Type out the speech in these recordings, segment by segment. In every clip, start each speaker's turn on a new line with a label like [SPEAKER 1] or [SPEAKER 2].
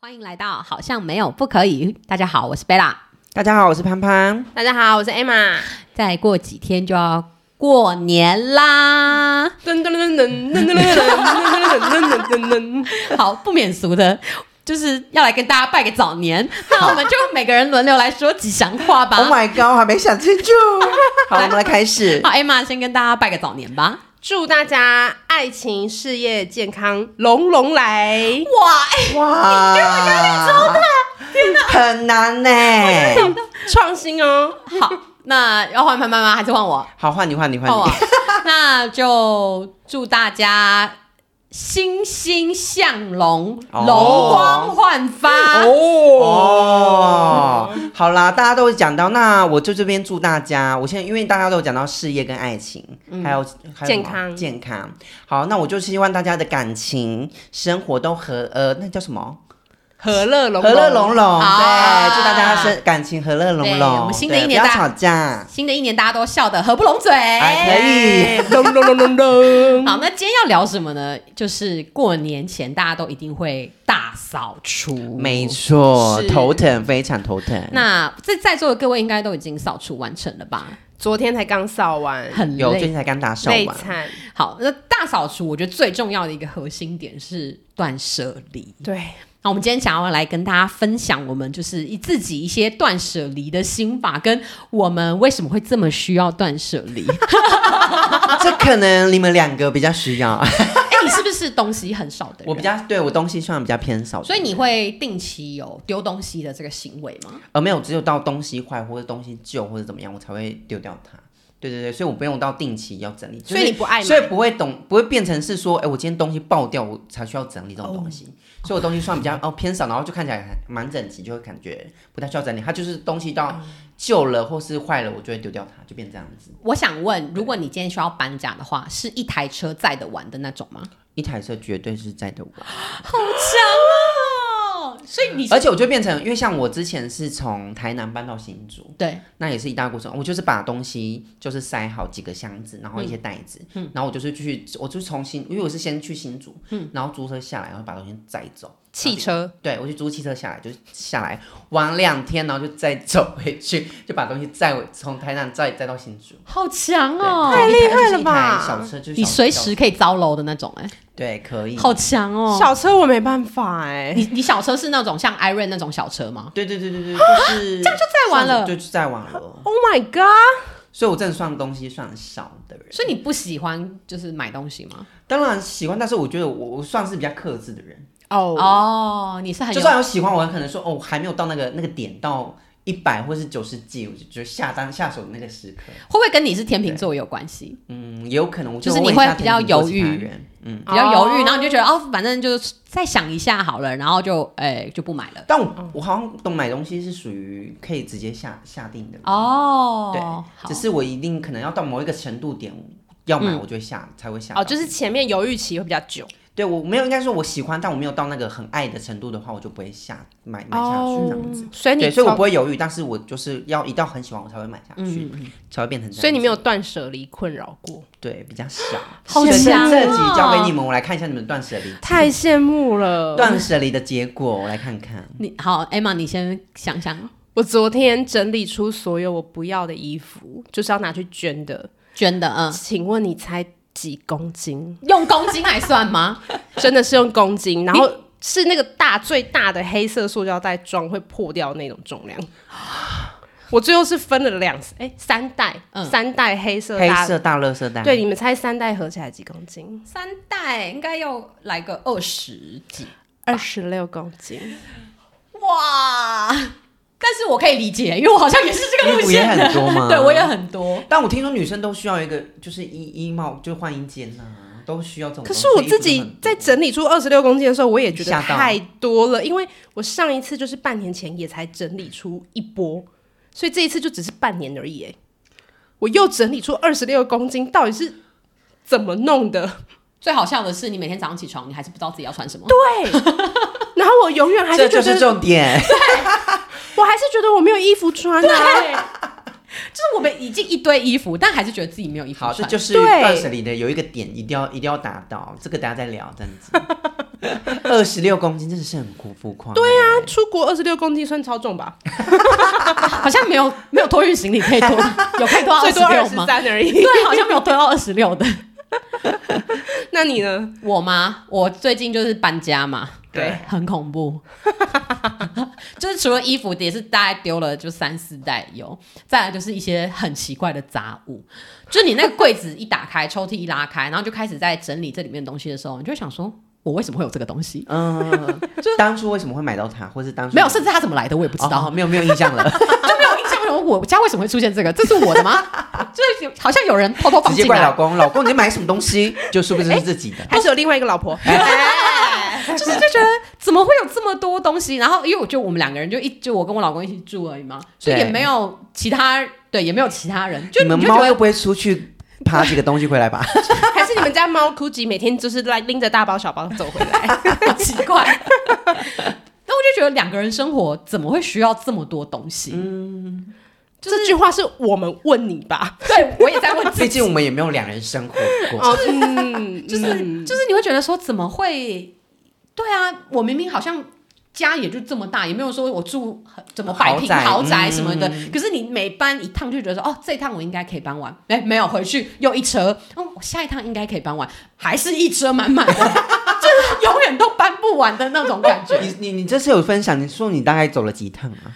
[SPEAKER 1] 欢迎来到好像没有不可以。大家好，我是贝拉。
[SPEAKER 2] 大家好，我是潘潘。
[SPEAKER 3] 大家好，我是 Emma。
[SPEAKER 1] 再过几天就要过年啦，
[SPEAKER 3] 噔噔噔噔噔噔噔噔噔噔噔噔噔。
[SPEAKER 1] 好不免俗的，就是要来跟大家拜个早年。那我们就每个人轮流来说吉祥话吧。
[SPEAKER 2] Oh my god，还没想清楚。 好，我们来开始
[SPEAKER 1] 好。，Emma 先跟大家拜个早年吧。
[SPEAKER 3] 祝大家爱情、事业、健康龙龙来！
[SPEAKER 1] 哇，哎、
[SPEAKER 2] 哇，天哪，很难呢、
[SPEAKER 3] 想到创新哦，
[SPEAKER 1] 好，那要换潘潘吗？还是换我？
[SPEAKER 2] 好，换你，换 你，换
[SPEAKER 1] 换我
[SPEAKER 2] 你。。
[SPEAKER 1] 那就祝大家欣欣向荣，
[SPEAKER 2] 哦
[SPEAKER 1] 容光焕发。
[SPEAKER 3] 哦
[SPEAKER 2] 哦，好啦，大家都有讲到，那我就这边祝大家，我现在因为大家都有讲到事业跟爱情，
[SPEAKER 1] 嗯
[SPEAKER 2] 还有还有什么
[SPEAKER 3] 健康
[SPEAKER 2] 健康。好，那我就希望大家的感情生活都和呃，那叫什么？
[SPEAKER 3] 和乐融融
[SPEAKER 2] 和乐融融。
[SPEAKER 1] 啊
[SPEAKER 2] 对，祝大家生感情和乐融
[SPEAKER 1] 对
[SPEAKER 2] 融。
[SPEAKER 1] 我们新的一
[SPEAKER 2] 对
[SPEAKER 1] 年
[SPEAKER 2] 不要
[SPEAKER 1] 大
[SPEAKER 2] 吵架。
[SPEAKER 1] 新的一年大家都笑得合不拢嘴。
[SPEAKER 2] 哎可以
[SPEAKER 3] 咚咚咚咚咚。
[SPEAKER 1] 好，那今天要聊什么呢？就是过年前大家都一定会大扫除，
[SPEAKER 2] 没。错，
[SPEAKER 1] 是
[SPEAKER 2] 头疼，非常头疼。
[SPEAKER 1] 那在在座的各位应该都已经扫除完成了吧？
[SPEAKER 3] 昨天才刚扫完，
[SPEAKER 1] 很
[SPEAKER 2] 有最近
[SPEAKER 1] 累。
[SPEAKER 2] 才刚打扫
[SPEAKER 3] 累
[SPEAKER 2] 完，
[SPEAKER 3] 惨。
[SPEAKER 1] 好，那大扫除我觉得最重要的一个核心点是断舍离。
[SPEAKER 3] 对，
[SPEAKER 1] 那我们今天想要来跟大家分享，我们就是以自己一些断舍离的心法，跟我们为什么会这么需要断舍离。
[SPEAKER 2] 这可能你们两个比较需要，
[SPEAKER 1] 哎、你是不是东西很少的人？
[SPEAKER 2] 我比较对我东西算比较偏少的，
[SPEAKER 1] 所以你会定期有丢东西的这个行为吗？
[SPEAKER 2] 呃没有，只有到东西坏或者东西旧或者怎么样，我才会丢掉它。对对对，所以我不用到定期要整理，就是
[SPEAKER 3] 所以你不爱买
[SPEAKER 2] 所以不会懂，不会变成是说，哎，我今天东西爆掉，我才需要整理这种东西。所以我东西算比较哦偏少，然后就看起来还蛮整齐，就会感觉不太需要整理。它就是东西到旧了或是坏了，我就会丢掉它，就变这样子。
[SPEAKER 1] 我想问，如果你今天需要搬家的话，是一台车载得完的那种吗？
[SPEAKER 2] 一台车绝对是在的我。
[SPEAKER 1] 好强哦！所以你
[SPEAKER 2] 而且我就变成，因为像我之前是从台南搬到新竹，
[SPEAKER 1] 对
[SPEAKER 2] 那也是一大过程。我就是把东西就是塞好几个箱子，然后一些袋子，然后我就是去，我就是从新，因为我是先去新竹，然后租车下来，然后把东西载走。
[SPEAKER 3] 汽车
[SPEAKER 2] 对，我去租汽车下来，就是下来玩两天，然后就再走回去， 就把东西载回从台南再载到新竹。
[SPEAKER 1] 好强
[SPEAKER 2] 对
[SPEAKER 1] 哦！
[SPEAKER 2] 就是一台
[SPEAKER 3] 太厉害了吧
[SPEAKER 2] 就是一台小车就是
[SPEAKER 1] 你
[SPEAKER 2] 小
[SPEAKER 1] 随
[SPEAKER 2] 小
[SPEAKER 1] 时可以遭楼的那种、
[SPEAKER 2] 对可以
[SPEAKER 1] 哎，。好强哦！
[SPEAKER 3] 小车我没办法哎，
[SPEAKER 1] 你你小车是那种像 Iron 那种小车吗？
[SPEAKER 2] 对对对对对，就是这样就
[SPEAKER 1] 载完了
[SPEAKER 2] 就就载完了。
[SPEAKER 3] Oh my god！
[SPEAKER 2] 所以我真的算东西算少的人。
[SPEAKER 1] 所以你不喜欢就是买东西吗？
[SPEAKER 2] 当然喜欢，但是我觉得我我算是比较克制的人，
[SPEAKER 3] 哦，
[SPEAKER 1] 哦，你是很
[SPEAKER 2] 就
[SPEAKER 1] 有
[SPEAKER 2] 算有喜欢，我可能说哦，还没有到那个那个点到一百或是九十几，我就觉得下单下手的那个时刻，
[SPEAKER 1] 会不会跟你是天秤座有关系？
[SPEAKER 2] 嗯，也有可能我
[SPEAKER 1] 就是你
[SPEAKER 2] 问一下
[SPEAKER 1] 会比较
[SPEAKER 2] 同桌
[SPEAKER 1] 犹
[SPEAKER 2] 其他
[SPEAKER 1] 豫
[SPEAKER 2] 人，嗯，
[SPEAKER 1] 比较犹豫，
[SPEAKER 3] 哦
[SPEAKER 1] 然后你就觉得哦，反正就是再想一下好了，然后就哎、就不买了。
[SPEAKER 2] 但我我好像懂买东西是属于可以直接下下定的人，
[SPEAKER 1] 哦，
[SPEAKER 2] 对
[SPEAKER 1] 好嗯
[SPEAKER 2] 只是我一定可能要到某一个程度点要买，我就会下、才会下到。
[SPEAKER 3] 哦，就是前面犹豫期会比较久。
[SPEAKER 2] 对我没有应该说我喜欢，但我没有到那个很爱的程度的话，我就不会下买买下
[SPEAKER 1] 哦
[SPEAKER 2] 去这样子。，
[SPEAKER 3] 哦所以
[SPEAKER 2] 对，
[SPEAKER 3] 哎你
[SPEAKER 2] 所以我
[SPEAKER 3] 从
[SPEAKER 2] 不会犹豫，但是我就是要一到很喜欢我才会买下去，
[SPEAKER 1] 嗯
[SPEAKER 2] 才会变成这样。
[SPEAKER 3] 嗯所以你没有断舍离困扰过，
[SPEAKER 2] 对比较少。
[SPEAKER 1] 好
[SPEAKER 2] 所以
[SPEAKER 1] 香
[SPEAKER 2] 这集交给你
[SPEAKER 1] 哦
[SPEAKER 2] 们，我来看一下你们断舍离，
[SPEAKER 3] 太羡慕了。
[SPEAKER 2] 断舍离的结果，我来看看。
[SPEAKER 1] 你好，Emma，你先想想
[SPEAKER 3] 我昨天整理出所有我不要的衣服，就是要拿去捐的。
[SPEAKER 1] 捐的，嗯，
[SPEAKER 3] 请问你猜几公斤？
[SPEAKER 1] 用公斤来算吗？
[SPEAKER 3] 真的是用公斤，然后是那个大最大的黑色塑胶袋装会破掉那种重量。我最后是分了两哎、三袋，
[SPEAKER 1] 嗯
[SPEAKER 3] 三袋黑 色
[SPEAKER 2] 黑
[SPEAKER 3] 大。
[SPEAKER 2] 色大垃圾袋，
[SPEAKER 3] 对，，你们猜三袋合起来几公斤？
[SPEAKER 1] 三代应该要来个二十几，
[SPEAKER 3] 二十六公斤。
[SPEAKER 1] 哇！但是我可以理解，因为我好像也是这个路
[SPEAKER 2] 衣服也
[SPEAKER 1] 线的，
[SPEAKER 2] 很多吗
[SPEAKER 1] 对我也很多。
[SPEAKER 2] 但我听说女生都需要一个，就是衣衣帽，就换衣间呐、都需要这种东
[SPEAKER 3] 可
[SPEAKER 2] 西。
[SPEAKER 3] 是我
[SPEAKER 2] 所以衣服
[SPEAKER 3] 自己
[SPEAKER 2] 很
[SPEAKER 3] 在整理出二十六公斤的时候，我也觉得
[SPEAKER 2] 吓到
[SPEAKER 3] 太多了，因为我上一次就是半年前也才整理出一波，所以这一次就只是半年而已。哎，我又整理出二十六公斤，到底是怎么弄的？
[SPEAKER 1] 最好笑的是，你每天早上起床，你还是不知道自己要穿什么。
[SPEAKER 3] 然后我永远还
[SPEAKER 2] 这
[SPEAKER 3] 是觉
[SPEAKER 2] 就是
[SPEAKER 3] 得，
[SPEAKER 2] 重 点。
[SPEAKER 3] 我还是觉得我没有衣服穿啊。
[SPEAKER 1] 就是我们已经一堆衣服，但还是觉得自己没有衣服
[SPEAKER 2] 好，
[SPEAKER 1] 穿。
[SPEAKER 2] 这就是
[SPEAKER 3] 对
[SPEAKER 2] 断舍离的有一个点，一定要一定要达到，这个大家再聊这样子。二十六公斤真的是很浮浮夸。对啊，
[SPEAKER 3] 那出国二十六公斤算超重吧？
[SPEAKER 1] 好像没有没有托运行李可以拖，有可以拖到
[SPEAKER 3] 最多
[SPEAKER 1] 二
[SPEAKER 3] 二
[SPEAKER 1] 十
[SPEAKER 3] 十
[SPEAKER 1] 六吗？
[SPEAKER 3] 三而 已。
[SPEAKER 1] 对，好像没有推到二十六的。
[SPEAKER 3] 那你呢？
[SPEAKER 1] 我吗？我最近就是搬家嘛，
[SPEAKER 3] 对，
[SPEAKER 1] 很恐怖。 就是除了衣服，也是大概丢了就三四袋有，再来就是一些很奇怪的杂物。就是你那个柜子一打开，抽屉一拉开，然后就开始在整理这里面的东西的时候，你就会想说，我为什么会有这个东西？
[SPEAKER 2] 嗯，当初为什么会买到它，或是当初
[SPEAKER 1] 没有，甚至它怎么来的我也不知
[SPEAKER 2] 嗯哦
[SPEAKER 1] 道，
[SPEAKER 2] 好没有没有印象了，
[SPEAKER 1] 就没有印象。为什么我家为什么会出现这个？这是我的吗？
[SPEAKER 2] 啊
[SPEAKER 1] 就是好像有人偷偷放
[SPEAKER 2] 直接
[SPEAKER 1] 进
[SPEAKER 2] 怪老
[SPEAKER 1] 来，
[SPEAKER 2] 公，老公你在买什么东西， 就是不是自己
[SPEAKER 1] 哎
[SPEAKER 2] 的？
[SPEAKER 3] 还是有另外一个 老婆？哎
[SPEAKER 1] 就是就觉得怎么会有这么多东西？然后因为我就我们两个人就一就我跟我老公一起住而已嘛，所以
[SPEAKER 2] 对
[SPEAKER 1] 也没有其他对也没有其他人，就
[SPEAKER 2] 你们
[SPEAKER 1] 就觉
[SPEAKER 2] 猫又
[SPEAKER 1] 得
[SPEAKER 2] 不会出去爬几个东西回来吧？
[SPEAKER 3] 还是你们家猫 g u c c i 每天就是来拎着大包小包走回来？
[SPEAKER 2] 啊
[SPEAKER 1] 很奇怪。但我就觉得两个人生活怎么会需要这么多东西？
[SPEAKER 2] 嗯
[SPEAKER 1] 就是
[SPEAKER 3] 这句话是我们问你吧？
[SPEAKER 1] 对我也在问自
[SPEAKER 2] 毕
[SPEAKER 1] 己，
[SPEAKER 2] 竟我们也没有两人生活过。
[SPEAKER 3] 哦， 嗯，
[SPEAKER 1] 就是、就是你会觉得说怎么会？对啊，我明明好像。家也就这么大，也没有说我住很怎么百平
[SPEAKER 2] 豪宅
[SPEAKER 1] 豪宅什么的。
[SPEAKER 2] 嗯
[SPEAKER 1] 可是你每搬一趟就觉得说，哦，这一趟我应该可以搬完。哎，没有回去又一车，哦，我下一趟应该可以搬完，还是一车满满的，就是永远都搬不完的那种感 觉。
[SPEAKER 2] 你你你这次有分享，你说你大概走了几趟啊？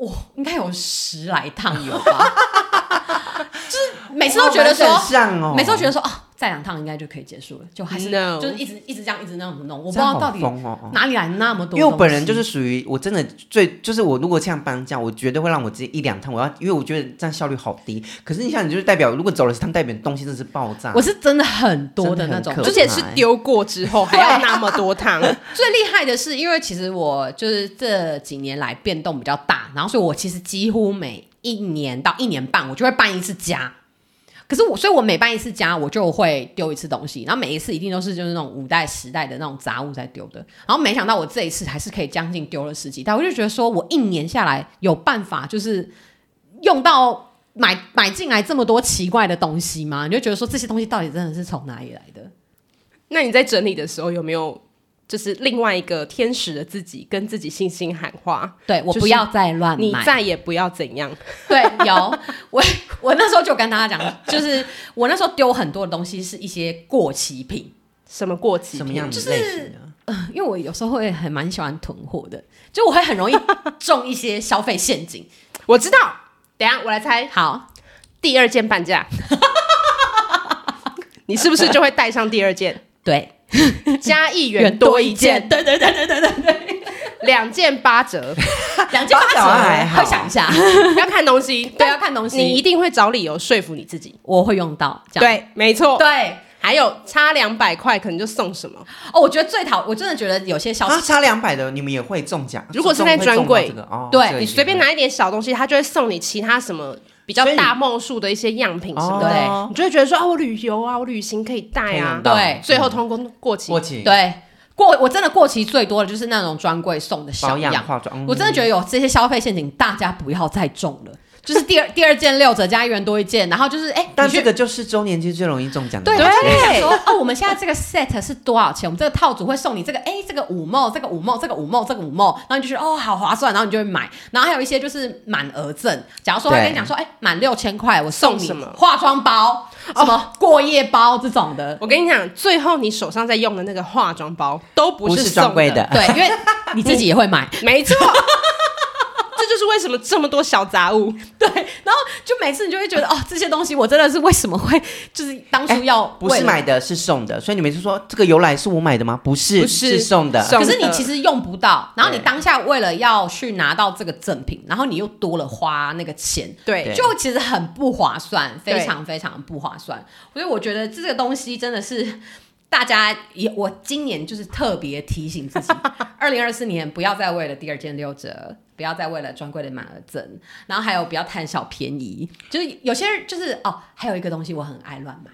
[SPEAKER 1] 哇，应该有十来趟有吧？就是每次都觉得说，
[SPEAKER 2] 哇蛮省上 哦，
[SPEAKER 1] 每次都觉得说，哦，再两趟应该就可以结束了，就还是
[SPEAKER 3] No
[SPEAKER 1] 就是一直一直这样一直那样子弄，我不知
[SPEAKER 2] 这样
[SPEAKER 1] 道
[SPEAKER 2] 好
[SPEAKER 1] 到底
[SPEAKER 2] 疯哦。
[SPEAKER 1] 哪里来那么多东
[SPEAKER 2] 因
[SPEAKER 1] 西？
[SPEAKER 2] 为我本人就是属于我真的最就是我如果这样搬家，我绝对会让我自己一两趟，我要因为我觉得这样效率好低。可是你想，你就是代表如果走了十趟，代表东西真的是爆炸。
[SPEAKER 1] 我是真的很多的那种
[SPEAKER 2] 真的很，可
[SPEAKER 1] 就
[SPEAKER 3] 而
[SPEAKER 1] 是
[SPEAKER 3] 且是丢过之后还要那么多 趟，
[SPEAKER 1] 最厉害的是，因为其实我就是这几年来变动比较大，然后所以我其实几乎每一年到一年半，我就会搬一次家。可是我，所以我每搬一次家，我就会丢一次东西，然后每一次一定都是就是那种五代十代的那种杂物在丢的。然后没想到我这一次还是可以将近丢了十几袋，我就觉得说我一年下来有办法就是用到买买进来这么多奇怪的东西吗？你就觉得说这些东西到底真的是从哪里来的？
[SPEAKER 3] 那你在整理的时候有没有就是另外一个天使的自己跟自己信心喊话？
[SPEAKER 1] 对我
[SPEAKER 3] 就是
[SPEAKER 1] 不要再乱买，
[SPEAKER 3] 你再也不要怎样，
[SPEAKER 1] 对，有我我那时候就跟大家讲，就是我那时候丢很多的东西是一些过期品，
[SPEAKER 3] 什么过期
[SPEAKER 2] 什么
[SPEAKER 3] 品？
[SPEAKER 2] 样
[SPEAKER 1] 就
[SPEAKER 2] 子
[SPEAKER 1] 是
[SPEAKER 2] 类型的？
[SPEAKER 1] 因为我有时候会很蛮喜欢囤货的，就我会很容易中一些消费陷阱。
[SPEAKER 3] 我知道，等一下我来猜，
[SPEAKER 1] 好，
[SPEAKER 3] 第二件半 价。你是不是就会带上第二 件？
[SPEAKER 1] 对，
[SPEAKER 3] 加一元多一件，
[SPEAKER 1] 对对对对对对对，
[SPEAKER 3] 两件八 折，
[SPEAKER 1] 两件
[SPEAKER 2] 八折
[SPEAKER 1] 八
[SPEAKER 2] 还
[SPEAKER 1] 折，
[SPEAKER 2] 好
[SPEAKER 1] 会想一下，
[SPEAKER 3] 要看东西。
[SPEAKER 1] 对，要看东西，
[SPEAKER 3] 你一定会找理由说服你自己。
[SPEAKER 1] 我会用到，这样
[SPEAKER 3] 对，没错。
[SPEAKER 1] 对。
[SPEAKER 3] 还有差两百块，可能就送什么？
[SPEAKER 1] 哦，我觉得最讨，我真的觉得有些消
[SPEAKER 2] 啊，
[SPEAKER 1] 费，
[SPEAKER 2] 差两百的你们也会中奖？
[SPEAKER 3] 如果是
[SPEAKER 2] 中
[SPEAKER 3] 在
[SPEAKER 2] 会中
[SPEAKER 3] 专柜
[SPEAKER 2] 到这个哦，
[SPEAKER 1] 对
[SPEAKER 2] 这个
[SPEAKER 3] 你
[SPEAKER 2] 已经
[SPEAKER 3] 随便
[SPEAKER 2] 会
[SPEAKER 3] 拿一点小东西，他就会送你其他什么比较
[SPEAKER 2] 所以你
[SPEAKER 3] 大梦数的一些样品什么的，
[SPEAKER 2] 哦
[SPEAKER 3] 你就会觉得说啊，我旅游啊，我旅行可以带
[SPEAKER 2] 可以
[SPEAKER 3] 啊
[SPEAKER 2] 用。到嗯
[SPEAKER 1] 对
[SPEAKER 3] 最后通通过期，
[SPEAKER 2] 过期
[SPEAKER 1] 对过，我真的过期最多的就是那种专柜送的小
[SPEAKER 2] 保
[SPEAKER 1] 样
[SPEAKER 2] 养，化妆，嗯
[SPEAKER 1] 我真的觉得有这些消费陷阱，大家不要再中了。就是第二 第二件六折加一元多一件，然后就是哎，
[SPEAKER 2] 但
[SPEAKER 1] 你去
[SPEAKER 2] 这个就是周年庆最容易中奖的
[SPEAKER 1] 对，
[SPEAKER 2] 东西。
[SPEAKER 1] 他就跟你讲说哦，我们现在这个 set 是多少钱？我们这个套组会送你这个哎，这个五毛，这个五毛，这个五毛，这个五毛，然后你就觉得哦，好划算，然后你就会买。然后还有一些就是满额赠，假如说他
[SPEAKER 2] 对
[SPEAKER 1] 跟你讲说哎，满六千块我送你
[SPEAKER 3] 送什么
[SPEAKER 1] 化妆包、什
[SPEAKER 2] 哦
[SPEAKER 1] 么过夜包这种的，
[SPEAKER 3] 我跟你讲，最后你手上在用的那个化妆包都不
[SPEAKER 2] 不
[SPEAKER 3] 是
[SPEAKER 2] 是
[SPEAKER 3] 送
[SPEAKER 2] 专柜的，
[SPEAKER 1] 对，因为你自己也会买。
[SPEAKER 3] 没错。 这就是为什么这么多小杂物，
[SPEAKER 1] 对，然后就每次你就会觉得哦，这些东西我真的是为什么会就是当初要为
[SPEAKER 2] 哎不是
[SPEAKER 1] 了
[SPEAKER 2] 买的，是送的，所以你们就说这个由来是我买的吗？不是，
[SPEAKER 3] 不是
[SPEAKER 2] 送的。
[SPEAKER 3] 送
[SPEAKER 1] 可是你其实用不到，然后你
[SPEAKER 2] 对
[SPEAKER 1] 当下为了要去拿到这个赠品，然后你又多了花那个钱，
[SPEAKER 3] 对
[SPEAKER 2] 对
[SPEAKER 1] 就其实很不划算，
[SPEAKER 3] 对
[SPEAKER 1] 非常非常不划算。所以我觉得这个东西真的是大家也，我今年就是特别提醒自 己，二零二四年不要再为了第二件六折。不要再为了专柜的满额赠，然后还有不要贪小便宜，就是有些人就是哦，还有一个东西我很爱乱买，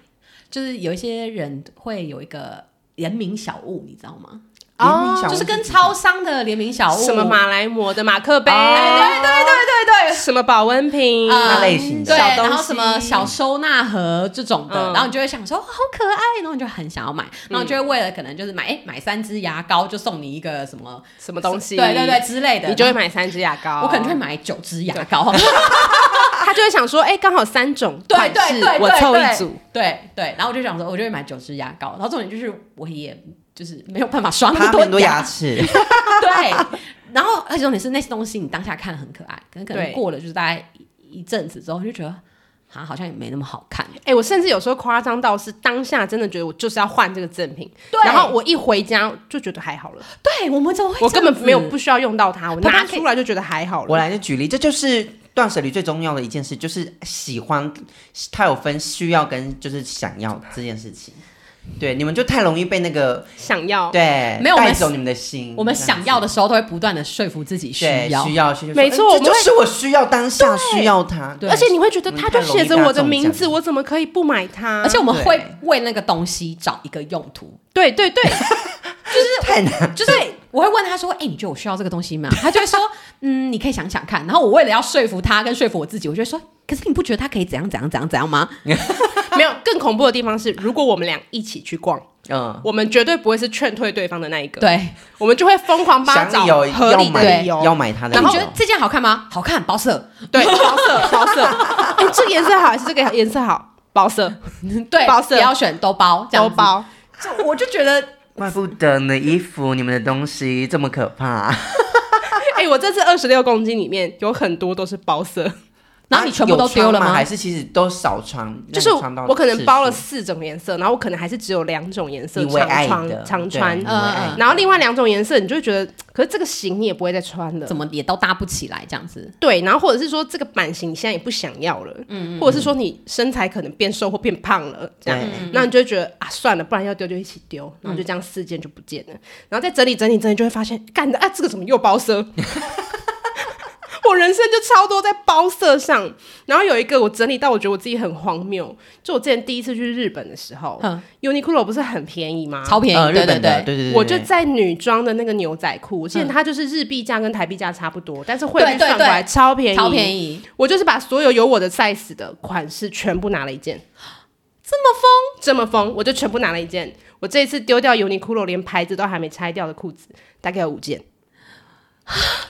[SPEAKER 1] 就是有一些人会有一个人名小物，你知道吗？
[SPEAKER 2] 联名小
[SPEAKER 1] 哦就
[SPEAKER 2] 物
[SPEAKER 1] 是跟
[SPEAKER 2] 是
[SPEAKER 1] 超商的联名
[SPEAKER 2] 哦
[SPEAKER 1] 小物
[SPEAKER 3] 什么马来貘的马克杯，
[SPEAKER 1] 哎对对对对对。
[SPEAKER 3] 什么保温瓶，
[SPEAKER 1] 呃
[SPEAKER 2] 那类型的
[SPEAKER 1] 对，
[SPEAKER 3] 小东西
[SPEAKER 1] 然后什么小收纳盒这种的，
[SPEAKER 3] 嗯
[SPEAKER 1] 然后你就会想说哇好可爱，然后你就很想要买，然后就会为了可能就是买哎、买三支牙膏就送你一个什么
[SPEAKER 3] 什么东西，
[SPEAKER 1] 对对对，之类的，
[SPEAKER 3] 你就会哦买三支牙膏，
[SPEAKER 1] 我可能就会买九支牙膏，
[SPEAKER 3] 他就会想说，哎、刚好三种
[SPEAKER 1] 对
[SPEAKER 3] 款
[SPEAKER 1] 对
[SPEAKER 3] 式
[SPEAKER 1] 对，
[SPEAKER 3] 我
[SPEAKER 1] 对
[SPEAKER 3] 凑
[SPEAKER 1] 对
[SPEAKER 3] 一组。
[SPEAKER 1] 对对，然后我就想说，我就会买九支牙膏，然后重点就是我也就是没有办法刷那
[SPEAKER 2] 他
[SPEAKER 1] 么
[SPEAKER 2] 很多
[SPEAKER 1] 牙，
[SPEAKER 2] 牙齿，
[SPEAKER 1] 对，然后而且重点是那些东西你当下看很可爱，可能可能
[SPEAKER 3] 对
[SPEAKER 1] 过了就是大概一一阵子之后你就觉得啊好像也没那么好看，
[SPEAKER 3] 哎、我甚至有时候夸张到是当下真的觉得我就是要换这个赠品，
[SPEAKER 1] 对
[SPEAKER 3] 然后我一回家就觉得还好了，
[SPEAKER 1] 对我们怎么会
[SPEAKER 3] 我根本没有
[SPEAKER 1] 不
[SPEAKER 3] 不需要用到它，我
[SPEAKER 1] 爸爸
[SPEAKER 3] 拿
[SPEAKER 1] 可以
[SPEAKER 3] 出来就觉得还好
[SPEAKER 2] 我
[SPEAKER 3] 了。
[SPEAKER 2] 来就举例，这就是断舍离最重要的一件事，就是喜欢，它有分需要跟就是想要这件事情。对，你们就太容易被那个
[SPEAKER 3] 想要，
[SPEAKER 2] 对
[SPEAKER 1] 哦没有我们
[SPEAKER 2] 带走你们的心。
[SPEAKER 1] 我们
[SPEAKER 2] 这样
[SPEAKER 1] 想
[SPEAKER 2] 子
[SPEAKER 1] 要的时候都会不断的说服自己需
[SPEAKER 2] 对
[SPEAKER 1] 要
[SPEAKER 2] 需，要需要，
[SPEAKER 3] 没错
[SPEAKER 2] 哎
[SPEAKER 3] 我
[SPEAKER 2] 这
[SPEAKER 3] 们
[SPEAKER 2] 就是我
[SPEAKER 3] 会
[SPEAKER 2] 需要当下需要它。
[SPEAKER 1] 对
[SPEAKER 3] 而且你会觉得
[SPEAKER 2] 我们
[SPEAKER 3] 它就
[SPEAKER 2] 太容易
[SPEAKER 3] 写着
[SPEAKER 2] 被它
[SPEAKER 3] 我的
[SPEAKER 2] 中
[SPEAKER 3] 名
[SPEAKER 2] 奖
[SPEAKER 3] 字，我怎么可以不买它？
[SPEAKER 1] 而且我们
[SPEAKER 2] 对
[SPEAKER 1] 会为那个东西找一个用途，
[SPEAKER 3] 对对 对，
[SPEAKER 2] 太难，
[SPEAKER 1] 就是我会问他说：“哎、你觉得我需要这个东西吗？” 他就会说：“嗯，你可以想想看。”然后我为了要说服他跟说服我自己，我就会说：“可是你不觉得他可以怎样怎样怎样怎样吗
[SPEAKER 3] 没有更恐怖的地方是，如果我们俩一起去逛，
[SPEAKER 2] 嗯，
[SPEAKER 3] 我们绝对不会是劝退对方的那一？”个，，
[SPEAKER 1] 对，
[SPEAKER 3] 我们就会疯狂帮他
[SPEAKER 2] 想
[SPEAKER 3] 找
[SPEAKER 2] 有
[SPEAKER 3] 合
[SPEAKER 2] 要
[SPEAKER 3] 理的
[SPEAKER 2] 买
[SPEAKER 3] 理由，
[SPEAKER 2] 要买它
[SPEAKER 1] 那
[SPEAKER 2] 的理
[SPEAKER 1] 你
[SPEAKER 2] 由，
[SPEAKER 1] 觉得这件好看吗？好看，包色，
[SPEAKER 3] 对，包色，包色。 哎、这个颜色好还是这个颜色好？包色，
[SPEAKER 1] 对，
[SPEAKER 3] 包色
[SPEAKER 1] 不要选，都包，这样
[SPEAKER 3] 都
[SPEAKER 1] 子。
[SPEAKER 3] 包。
[SPEAKER 1] 就我就觉得，
[SPEAKER 2] 怪不得你的衣服、你们的东西这么可怕。
[SPEAKER 3] 哎、我这次二十六公斤里面有很多都是包色，
[SPEAKER 1] 然后你全部都丢了
[SPEAKER 2] 啊有穿
[SPEAKER 1] 吗？
[SPEAKER 2] 还是其实都少穿？
[SPEAKER 3] 就是
[SPEAKER 2] 让你穿到
[SPEAKER 3] 我可能包了
[SPEAKER 2] 次
[SPEAKER 3] 四种颜色，然后我可能还是只有两种颜
[SPEAKER 2] 数
[SPEAKER 3] 色
[SPEAKER 2] 你为爱
[SPEAKER 3] 常
[SPEAKER 2] 的
[SPEAKER 3] 穿常穿呃
[SPEAKER 2] 对你，为
[SPEAKER 1] 嗯
[SPEAKER 2] 爱的
[SPEAKER 3] 然后另外两种颜色你就会觉得，可是这个型你也不会再穿了
[SPEAKER 1] 怎。么也都搭不起来，这样子。
[SPEAKER 3] 对，然后或者是说这个版型你现在也不想要了，嗯，或者是说你身材可能变瘦或变胖了，这样
[SPEAKER 2] 对，
[SPEAKER 1] 嗯
[SPEAKER 3] 那你就会觉得啊，算了，不然要丢就一起丢，然后就这样四件就不见了，然后再整理整理整理，就会发现，干的啊，这个怎么又包色？ 我人生就超多在包色上，然后有一个我整理到我觉得我自己很荒谬，就我之前第一次去日本的时候
[SPEAKER 1] 嗯
[SPEAKER 3] ，Uniqlo 不是很便宜吗？
[SPEAKER 1] 超欸便宜，
[SPEAKER 2] 呃，日
[SPEAKER 1] 对对
[SPEAKER 2] 本的，对对对，
[SPEAKER 3] 我就
[SPEAKER 2] 对
[SPEAKER 3] 在女装的那个牛仔裤，我记得
[SPEAKER 1] 嗯
[SPEAKER 3] 它就是日币价跟台币价差不多，但是汇率
[SPEAKER 1] 对对
[SPEAKER 3] 算过来
[SPEAKER 1] 对
[SPEAKER 3] 超便宜，
[SPEAKER 1] 超便宜，
[SPEAKER 3] 我就是把所有有我的 size 的款式全部拿了一件，这么疯，这么疯，我就全部拿了一件。我这一次丢掉 Uniqlo 连牌子都还没拆掉的裤子，大概有五件，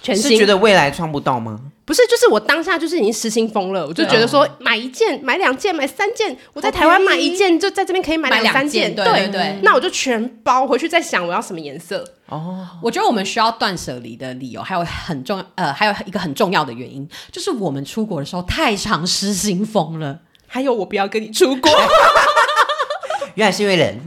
[SPEAKER 3] 全
[SPEAKER 2] 是觉
[SPEAKER 3] 新。
[SPEAKER 2] 得未来穿不到吗？
[SPEAKER 3] 不是，就是我当下就是已经失心疯了，我就觉得说买一件、买两件、买三件，我在台湾买一件，就在这边可以买
[SPEAKER 1] 买
[SPEAKER 3] 两三
[SPEAKER 1] 两件
[SPEAKER 3] 件，
[SPEAKER 1] 对对对
[SPEAKER 3] 那我就全包回去，再想我要什么颜色。
[SPEAKER 1] 我觉得我们需要断舍离的理由，还有很重呃，还有一个很重要的原因，就是我们出国的时候太常失心疯了。
[SPEAKER 3] 还有我不要跟你出国，
[SPEAKER 2] 原来是因为 人，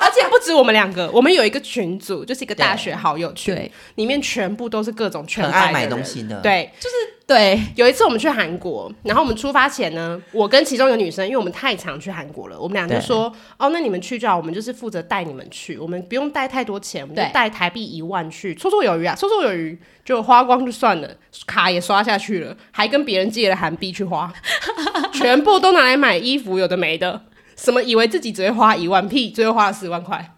[SPEAKER 3] 而且不止我们两个，我们有一个群组，就是一个大学好友群，
[SPEAKER 1] 对
[SPEAKER 3] 里面全部都是各种全
[SPEAKER 2] 很
[SPEAKER 3] 白
[SPEAKER 2] 爱
[SPEAKER 3] 的
[SPEAKER 2] 买
[SPEAKER 3] 人
[SPEAKER 2] 东西的
[SPEAKER 3] 对，
[SPEAKER 1] 对，
[SPEAKER 3] 有一次我们去韩国，然后我们出发前呢，我跟其中一个女生，因为我们太常去韩国了，我们俩就
[SPEAKER 2] 对
[SPEAKER 3] 说，哦，那你们去就好，我们就是负责带你们去，我们不用带太多钱，我们就
[SPEAKER 1] 对
[SPEAKER 3] 带台币一万去，绰绰有余啊，绰绰有余，就花光就算了，卡也刷下去了，还跟别人借了韩币去花， 全部都拿来买衣服，有的没的，什么以为自己只会花一万，屁，最后花了十万块，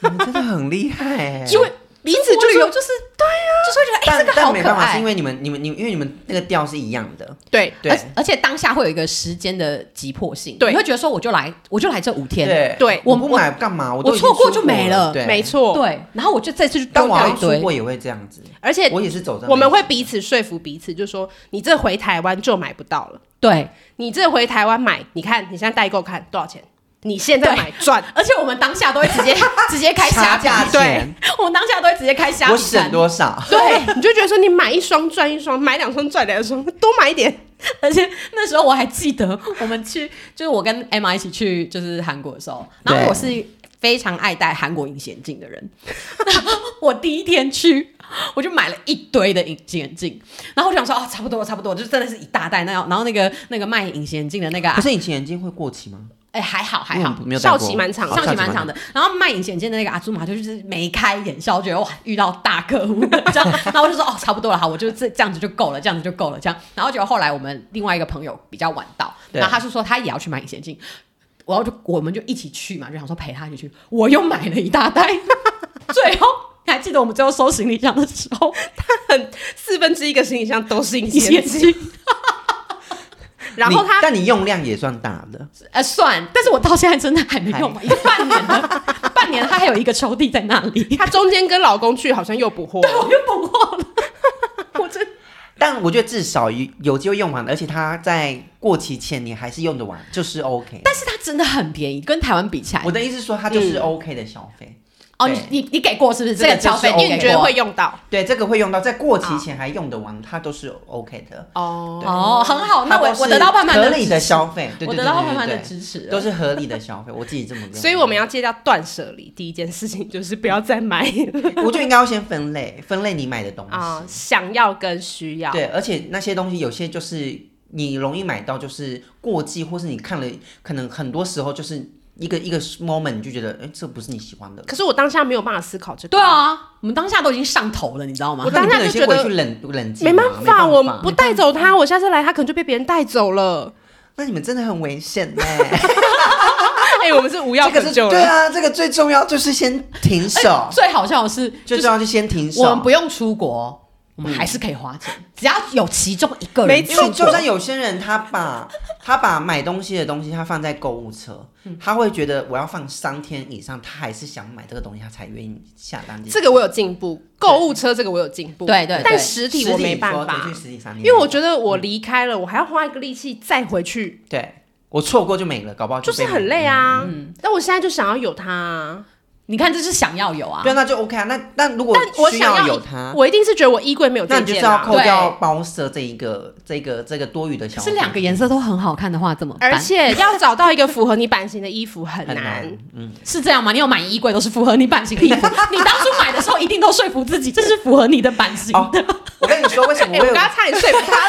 [SPEAKER 2] 你们真的很厉害欸。
[SPEAKER 3] 因为哎彼此就
[SPEAKER 1] 旅游
[SPEAKER 3] 是
[SPEAKER 1] 就是对呀、就是会觉得哎、
[SPEAKER 2] 但
[SPEAKER 1] 这个好
[SPEAKER 2] 但没
[SPEAKER 1] 可
[SPEAKER 2] 办法，
[SPEAKER 1] 爱
[SPEAKER 2] 是因。为你们你们你们因为你们那个调是一样的，
[SPEAKER 3] 对。
[SPEAKER 1] 而
[SPEAKER 2] 对
[SPEAKER 1] 而且当下会有一个时间的急迫性，
[SPEAKER 3] 对
[SPEAKER 1] 你会觉得说我就来，我就来这五天，
[SPEAKER 2] 对
[SPEAKER 3] 对
[SPEAKER 2] 我
[SPEAKER 1] 我
[SPEAKER 2] 不买干嘛？我
[SPEAKER 1] 我
[SPEAKER 2] 都已经
[SPEAKER 1] 错过
[SPEAKER 2] 出
[SPEAKER 1] 就没了
[SPEAKER 2] 对，
[SPEAKER 3] 没。错，
[SPEAKER 1] 对然后我就这次就
[SPEAKER 2] 但
[SPEAKER 1] 丢
[SPEAKER 2] 我好
[SPEAKER 1] 掉
[SPEAKER 2] 像
[SPEAKER 1] 一
[SPEAKER 2] 出
[SPEAKER 1] 堆，
[SPEAKER 2] 国也会这样子，
[SPEAKER 3] 而且
[SPEAKER 2] 我也是走这。
[SPEAKER 3] 我们会彼此说服彼此，就说你这回台湾就买不到了，
[SPEAKER 1] 对。
[SPEAKER 3] 你这回台湾买，你看你现在代购看多少钱？你现在买赚，
[SPEAKER 1] 而且我们当下都会直 接直接开虾
[SPEAKER 2] 差
[SPEAKER 1] 比
[SPEAKER 2] 价
[SPEAKER 3] 对
[SPEAKER 2] 钱，
[SPEAKER 1] 我们当下都会直接开虾
[SPEAKER 2] 我
[SPEAKER 1] 比
[SPEAKER 2] 省
[SPEAKER 1] 餐，
[SPEAKER 2] 多少？
[SPEAKER 3] 对，你就觉得说你买一双赚一双，买两双赚两双，多买一点。
[SPEAKER 1] 而且那时候我还记得，我们去就是我跟 Emma 一起去就是韩国的时候，然后
[SPEAKER 2] 对
[SPEAKER 1] 我是非常爱戴韩国隐形眼镜的 人。我第一天去，我就买了一堆的隐形眼镜，然后我想说哦，差不多了，差不多了，就真的是一大袋那样。然后那个那个卖隐形眼镜的那个啊
[SPEAKER 2] 可，是隐形眼镜会过期吗？
[SPEAKER 1] 哎、还好还好。
[SPEAKER 2] 嗯没有戴
[SPEAKER 3] 效
[SPEAKER 2] 过。
[SPEAKER 3] 期蛮长的
[SPEAKER 2] 哦
[SPEAKER 1] 上期蛮长。的，然后卖隐形眼镜的那个阿朱玛就是眉开眼笑，觉得哇遇到大客户了 这样，然后我就说哦差不多了，好，我就这这样子就够了，这样子就够了，这样。然后结果后来我们另外一个朋友比较晚到，
[SPEAKER 2] 对
[SPEAKER 1] 然后他是说他也要去买隐形眼 镜，然后就我们就一起去嘛，就想说陪他一起去，我又买了一大袋，最后还记得我们最后收行李箱的时 候，
[SPEAKER 3] 四分之一个行李箱都是隐形
[SPEAKER 1] 也
[SPEAKER 3] 眼镜，
[SPEAKER 1] 是
[SPEAKER 3] 然后
[SPEAKER 2] 你
[SPEAKER 3] 他
[SPEAKER 2] 但你用量也算大 的，
[SPEAKER 1] 呃算，但是我到现在真的还没用完，已经半年了，半年它还有一个抽屉在那 里，
[SPEAKER 3] 他中间跟老公去好像又补货，
[SPEAKER 1] 我就不过了。
[SPEAKER 3] 我真
[SPEAKER 2] 但我觉得至少有有机会用完，而且它在过期前你还是用得完，就是 OK。
[SPEAKER 1] 但是它嗯真的很便宜，跟台湾比起来
[SPEAKER 2] 我，的意思是说，它就是 OK 的消费。
[SPEAKER 1] 哦，你你你给过是不是？这个
[SPEAKER 2] 这个就是哦
[SPEAKER 1] 消费
[SPEAKER 2] 因为
[SPEAKER 1] 给
[SPEAKER 3] 你觉得
[SPEAKER 1] 过
[SPEAKER 3] 会用到
[SPEAKER 2] 对，这个会用到，在过期前还用得完，它都是 OK 的。
[SPEAKER 3] 哦，
[SPEAKER 1] 哦，很好，那
[SPEAKER 2] 它
[SPEAKER 1] 我
[SPEAKER 2] 都是
[SPEAKER 1] 我得到慢慢
[SPEAKER 2] 合
[SPEAKER 1] 的
[SPEAKER 2] 理的消费，对对对
[SPEAKER 1] 我得
[SPEAKER 2] 对
[SPEAKER 1] 到
[SPEAKER 2] 对
[SPEAKER 1] 慢慢的
[SPEAKER 2] 对
[SPEAKER 1] 支持了
[SPEAKER 2] 都是合理的消费。我自己这么认为。
[SPEAKER 3] 所以我们要戒掉断舍离，第一件事情就是不要再买
[SPEAKER 2] 我就应该要先分类，分类你买的东西。
[SPEAKER 3] 啊、想要跟需要。
[SPEAKER 2] 对，而且那些东西有些就是你容易买到，就是过季，或是你看了，可能很多时候就是一个一个 moment 你就觉得，哎、这不是你喜欢的。
[SPEAKER 3] 可是我当下没有办法思考这个，
[SPEAKER 1] 对，啊，我们当下都已经上头了，你知道吗
[SPEAKER 3] 我？当下就觉得
[SPEAKER 2] 那你不能先回去冷冷静
[SPEAKER 3] 没
[SPEAKER 2] 吗，
[SPEAKER 3] 办
[SPEAKER 2] 没
[SPEAKER 3] 法，
[SPEAKER 2] 办
[SPEAKER 3] 我不带走他，我下次来他可能就被别人带走了。
[SPEAKER 2] 那你们真的很危险呢、
[SPEAKER 3] 哎、我们是无药
[SPEAKER 2] 这
[SPEAKER 3] 可
[SPEAKER 2] 个是
[SPEAKER 3] 救
[SPEAKER 2] 对
[SPEAKER 3] 了。哎
[SPEAKER 2] 啊，这个最重要就是先停手，
[SPEAKER 1] 哎最好笑的是，
[SPEAKER 2] 最
[SPEAKER 1] 就
[SPEAKER 2] 重要就先停手。
[SPEAKER 1] 我们不用出国，我们还是可以花钱，只要有其中一个
[SPEAKER 3] 没
[SPEAKER 1] 人
[SPEAKER 3] 错
[SPEAKER 1] 出
[SPEAKER 2] 因为
[SPEAKER 1] 国，
[SPEAKER 2] 嗯就算有些人他把他把买东西的东西他放在购物车，
[SPEAKER 3] 嗯
[SPEAKER 2] 他会觉得我要放三天以上，他还是想买这个东西，他才愿意下单进去。
[SPEAKER 3] 这个我有进步，购物车这个我有进步，
[SPEAKER 1] 对对对
[SPEAKER 3] 但实体我
[SPEAKER 2] 实
[SPEAKER 3] 没
[SPEAKER 2] 你
[SPEAKER 3] 办
[SPEAKER 2] 说
[SPEAKER 3] 法
[SPEAKER 2] 对，去实体商
[SPEAKER 3] 因
[SPEAKER 2] 店，
[SPEAKER 3] 为我觉得我离开了，我还要花一个力气再回去，
[SPEAKER 2] 对我错过就没了，搞不好
[SPEAKER 3] 就是
[SPEAKER 2] 被买
[SPEAKER 3] 很累。啊。但我现在就想要有它啊、
[SPEAKER 1] 你看这是想要有啊
[SPEAKER 2] 对，，那就 OK 啊。那那如果
[SPEAKER 3] 但我
[SPEAKER 2] 需
[SPEAKER 3] 想要
[SPEAKER 2] 有它，
[SPEAKER 3] 我一定是觉得我衣柜没有
[SPEAKER 2] 那
[SPEAKER 3] 这
[SPEAKER 2] 你就是
[SPEAKER 3] 件
[SPEAKER 2] 要
[SPEAKER 3] 啊。
[SPEAKER 2] 扣掉
[SPEAKER 1] 对
[SPEAKER 2] 包色这一个这个这个多余的
[SPEAKER 1] 可
[SPEAKER 2] 小。
[SPEAKER 1] 是两个颜色都很好看的话怎么办？
[SPEAKER 3] 而且 要找到一个符合你版型的衣服很
[SPEAKER 2] 很
[SPEAKER 3] 难，
[SPEAKER 2] 难，嗯，
[SPEAKER 1] 是这样吗？你有买衣柜都是符合你版型的衣服， 你当初买的时候一定都说服自己这是符合你的版型
[SPEAKER 2] 哦
[SPEAKER 1] 的。
[SPEAKER 2] 我跟你说为什么
[SPEAKER 3] 哎、
[SPEAKER 2] 我
[SPEAKER 3] 我
[SPEAKER 2] 有
[SPEAKER 3] 刚刚差点睡不着。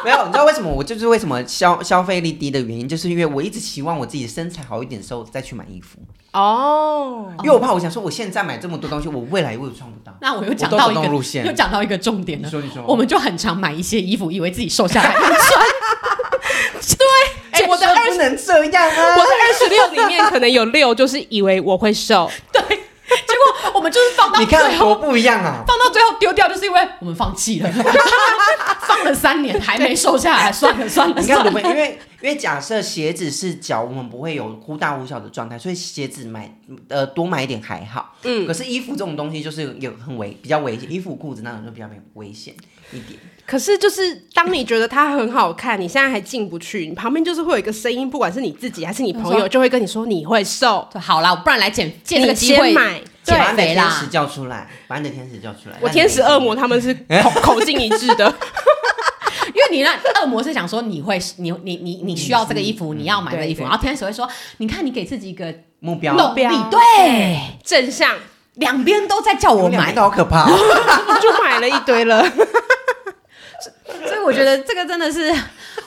[SPEAKER 2] 没有，你知道为什么我就是为什么消消费力低的原因，就是因为我一直期望我自己身材好一点的时候再去买衣服，
[SPEAKER 3] 哦，
[SPEAKER 2] 因为我怕我想说我现在买这么多东西，我未来我也穿不到。
[SPEAKER 1] 那我又讲
[SPEAKER 2] 我都
[SPEAKER 1] 到
[SPEAKER 2] 走
[SPEAKER 1] 一
[SPEAKER 2] 动
[SPEAKER 1] 个
[SPEAKER 2] 路线
[SPEAKER 1] 又讲到一个重点了。
[SPEAKER 2] 你说你说
[SPEAKER 1] 我们就很常买一些衣服，以为自己瘦下来 很穿。
[SPEAKER 3] 哎、我的
[SPEAKER 2] 说
[SPEAKER 3] 二
[SPEAKER 2] 不能这样
[SPEAKER 3] 我
[SPEAKER 2] 啊
[SPEAKER 3] 的！二十六里面可能有六就是以为我会瘦，
[SPEAKER 1] 结果我们就是放到
[SPEAKER 2] 你
[SPEAKER 1] 最
[SPEAKER 2] 看
[SPEAKER 1] 后
[SPEAKER 2] 多，不一样 啊！
[SPEAKER 1] 放到最后丢掉，就是因为我们放弃了， 放了三年还没瘦下来，算了算了
[SPEAKER 2] 你看
[SPEAKER 1] 算
[SPEAKER 2] 我
[SPEAKER 1] 了。
[SPEAKER 2] 们，因为因为假设鞋子是脚，我们不会有忽大忽小的状态，所以鞋子买呃多买一点还好。嗯，可是衣服这种东西就是有很危比较危险，衣服裤子那种就比较没有危险一点。
[SPEAKER 3] 可是就是当你觉得它很好看，你现在还进不去，你旁边就是会有一个声音，不管是你自己还是你朋友，就会跟你说你会瘦，
[SPEAKER 1] 对好啦，不然来减借这个
[SPEAKER 3] 你
[SPEAKER 1] 机会
[SPEAKER 3] 先买。
[SPEAKER 1] 对
[SPEAKER 2] 把你的
[SPEAKER 1] 肥
[SPEAKER 2] 天
[SPEAKER 1] 啦
[SPEAKER 2] 使叫出来，把你的天使叫出来。
[SPEAKER 3] 我
[SPEAKER 2] 让你的
[SPEAKER 3] 天使
[SPEAKER 2] 天使
[SPEAKER 3] 恶魔他们是口口径一致的，
[SPEAKER 1] 因为你那恶魔是想说你会你你你
[SPEAKER 2] 嗯
[SPEAKER 1] 你需要这个衣服，你要买这个衣服，
[SPEAKER 3] 对对
[SPEAKER 1] 然后天使会说，你看你给自己一个
[SPEAKER 2] 目标啊
[SPEAKER 1] 动力
[SPEAKER 3] 标，
[SPEAKER 1] 对，
[SPEAKER 3] 正 向
[SPEAKER 1] 两边都在叫我
[SPEAKER 2] 们两
[SPEAKER 1] 买
[SPEAKER 2] 个，都好可 怕、哦。
[SPEAKER 3] 就买了一堆了。
[SPEAKER 1] 所以我觉得这个真的是，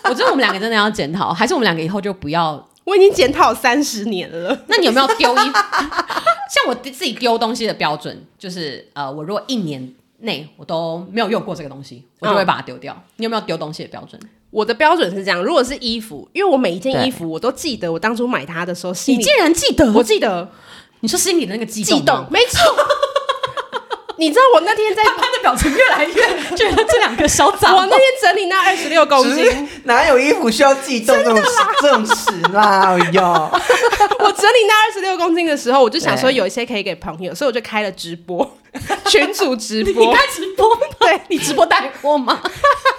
[SPEAKER 1] 我觉得我们两个真的要检讨，还是我们两个以后就不要。
[SPEAKER 3] 我已经检讨三十年了，
[SPEAKER 1] 那你有没有丢衣服？ 像我自己丢东西的标准，就是呃，我如果一年内我都没有用过这个东西，我就会把它丢掉。你有没有丢东西的标准？
[SPEAKER 3] 我的标准是这样：如果是衣服，因为我每一件
[SPEAKER 2] 对
[SPEAKER 3] 衣服我都记得我当初买它的时候心
[SPEAKER 1] 你
[SPEAKER 3] 里
[SPEAKER 1] 竟，然记得？
[SPEAKER 3] 我记得
[SPEAKER 1] 你说心里的那个悸
[SPEAKER 3] 悸
[SPEAKER 1] 动
[SPEAKER 3] 动
[SPEAKER 1] 吗，，
[SPEAKER 3] 没错。 你知道我那天在，
[SPEAKER 1] 他的表情越来越觉得这两个小杂
[SPEAKER 3] 我
[SPEAKER 1] 毛
[SPEAKER 3] 那天整理那二十六公斤，
[SPEAKER 2] 哪有衣服需要悸动这种事这种事啦？哎呦，
[SPEAKER 3] 我整理那二十六公斤的时候，我就想说
[SPEAKER 2] 对
[SPEAKER 3] 有一些可以给朋友，所以我就开了直播，群主 直
[SPEAKER 1] 你
[SPEAKER 3] 播，
[SPEAKER 1] 开直播吗？对，你直播带货吗？